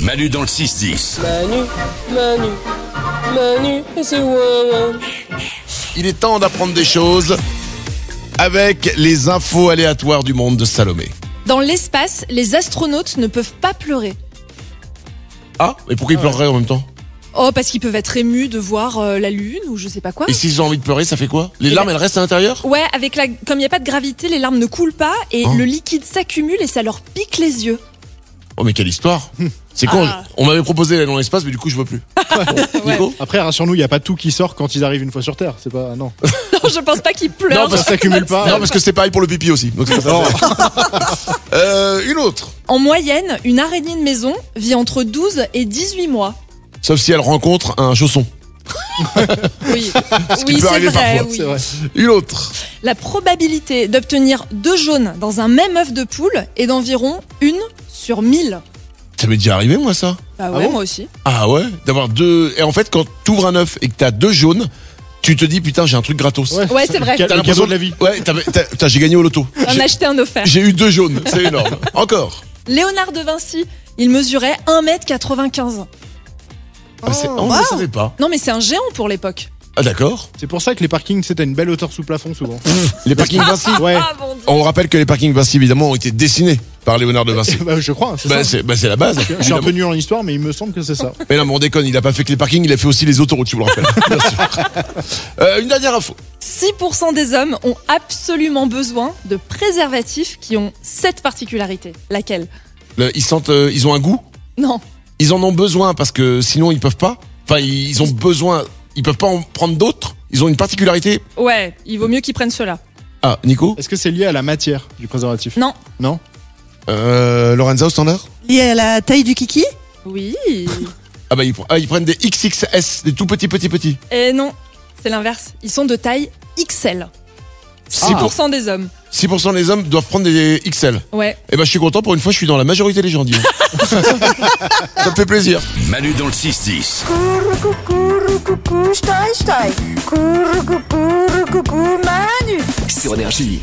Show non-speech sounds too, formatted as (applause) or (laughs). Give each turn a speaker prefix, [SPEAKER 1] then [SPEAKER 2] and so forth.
[SPEAKER 1] Manu dans le 6-10.
[SPEAKER 2] Manu, Manu, Manu, c'est Wawa.
[SPEAKER 3] Il est temps d'apprendre des choses avec les infos aléatoires du monde de Salomé.
[SPEAKER 4] Dans l'espace, les astronautes ne peuvent pas pleurer.
[SPEAKER 3] Ah Et pourquoi ils pleureraient en même temps
[SPEAKER 4] Oh, parce qu'ils peuvent être émus de voir euh, la Lune ou je sais pas quoi.
[SPEAKER 3] Et s'ils ont envie de pleurer, ça fait quoi Les
[SPEAKER 4] Eh
[SPEAKER 3] larmes,
[SPEAKER 4] ben-
[SPEAKER 3] elles restent à l'intérieur
[SPEAKER 4] Ouais, avec la... comme il n'y a pas de gravité, les larmes ne coulent pas et
[SPEAKER 3] Oh.
[SPEAKER 4] le liquide s'accumule et ça leur pique
[SPEAKER 3] (laughs)
[SPEAKER 4] les yeux.
[SPEAKER 3] Oh mais quelle histoire C'est con,
[SPEAKER 4] Ah.
[SPEAKER 3] on m'avait proposé d'aller dans l'espace, mais du coup je veux plus. Bon, Nico
[SPEAKER 5] Après, rassure-nous, il n'y a pas tout qui sort quand ils arrivent une fois sur Terre. C'est pas.
[SPEAKER 4] Non,
[SPEAKER 5] Non.
[SPEAKER 4] je pense pas qu'ils pleurent.
[SPEAKER 5] Non, parce que ça s'accumule pas.
[SPEAKER 3] Non, parce que c'est pareil pour le pipi aussi. Donc c'est pas ça. (laughs) Euh, une autre.
[SPEAKER 4] En moyenne, une araignée de maison vit entre 12 et 18 mois.
[SPEAKER 3] Sauf si elle rencontre un chausson.
[SPEAKER 4] Oui,
[SPEAKER 3] (laughs) peut
[SPEAKER 4] oui c'est
[SPEAKER 3] arriver
[SPEAKER 4] vrai.
[SPEAKER 3] parfois,
[SPEAKER 4] oui.
[SPEAKER 5] C'est vrai.
[SPEAKER 3] Une autre.
[SPEAKER 4] La probabilité d'obtenir deux jaunes dans un même œuf de poule est d'environ une sur 1000.
[SPEAKER 3] Ça m'est déjà arrivé, moi, ça
[SPEAKER 4] Bah ouais,
[SPEAKER 5] bon
[SPEAKER 4] moi aussi.
[SPEAKER 3] Ah ouais D'avoir deux. Et en fait, quand t'ouvres un œuf et que t'as deux jaunes, tu te dis putain, j'ai un truc gratos.
[SPEAKER 4] Ouais, c'est vrai.
[SPEAKER 5] Le
[SPEAKER 3] T'as
[SPEAKER 5] cadeau
[SPEAKER 3] l'impression
[SPEAKER 5] de la vie.
[SPEAKER 3] Ouais, t'as- t'as- t'as- j'ai gagné au loto.
[SPEAKER 4] On
[SPEAKER 3] J'ai-
[SPEAKER 4] a acheté un offert.
[SPEAKER 3] J'ai eu deux jaunes, c'est énorme. Encore.
[SPEAKER 4] Léonard de Vinci, il mesurait 1m95.
[SPEAKER 3] Ah, c'est- on
[SPEAKER 4] wow.
[SPEAKER 3] ne savait pas.
[SPEAKER 4] Non mais c'est un géant pour l'époque.
[SPEAKER 3] Ah d'accord.
[SPEAKER 5] C'est pour ça que les parkings, c'est à une belle hauteur sous plafond souvent.
[SPEAKER 3] Les parkings Vinci.
[SPEAKER 4] (laughs)
[SPEAKER 5] Ouais.
[SPEAKER 4] Ah mon dieu.
[SPEAKER 3] On rappelle que les parkings Vinci, évidemment, ont été dessinés par Léonard de Vinci.
[SPEAKER 5] (laughs) Bah, je crois, (laughs) c'est
[SPEAKER 3] Bah,
[SPEAKER 5] ça.
[SPEAKER 3] c'est bah, c'est la base.
[SPEAKER 5] Je suis un peu nul en histoire, mais il me semble que c'est ça.
[SPEAKER 3] Mais non, mais on déconne, il a pas fait que les parkings, il a fait aussi les autoroutes, je vous le rappelle. Bien sûr. Euh, une dernière info.
[SPEAKER 4] 6% des hommes ont absolument besoin de préservatifs qui ont cette particularité. Laquelle
[SPEAKER 3] Le- ils sentent, euh, ils ont un goût.
[SPEAKER 4] Non.
[SPEAKER 3] Ils en ont besoin parce que sinon ils peuvent pas. Enfin, ils, ils ont besoin. Ils peuvent pas en prendre d'autres. Ils ont une particularité.
[SPEAKER 4] Ouais, il vaut mieux qu'ils prennent cela.
[SPEAKER 3] Ah, Nico.
[SPEAKER 5] Est-ce que c'est lié à la matière du préservatif
[SPEAKER 4] Non.
[SPEAKER 5] Non
[SPEAKER 3] Euh, Lorenzo standard.
[SPEAKER 6] Lié à la taille du kiki
[SPEAKER 4] Oui.
[SPEAKER 3] Ah bah ils, pr- ah, ils prennent des XXS, des tout petits petits petits.
[SPEAKER 4] Et non, c'est l'inverse. Ils sont de taille XL.
[SPEAKER 3] 6%,
[SPEAKER 4] 6% des hommes.
[SPEAKER 3] 6% des hommes doivent prendre des XL.
[SPEAKER 4] Ouais.
[SPEAKER 3] Eh ben je suis content pour une fois, je suis dans la majorité des gens. dis donc. Ça me fait plaisir.
[SPEAKER 1] Manu dans le 6-10.
[SPEAKER 7] Couru, coucou, coucou, je taille, je taille. Couru, coucou, coucou, Manu.
[SPEAKER 8] Sur énergie.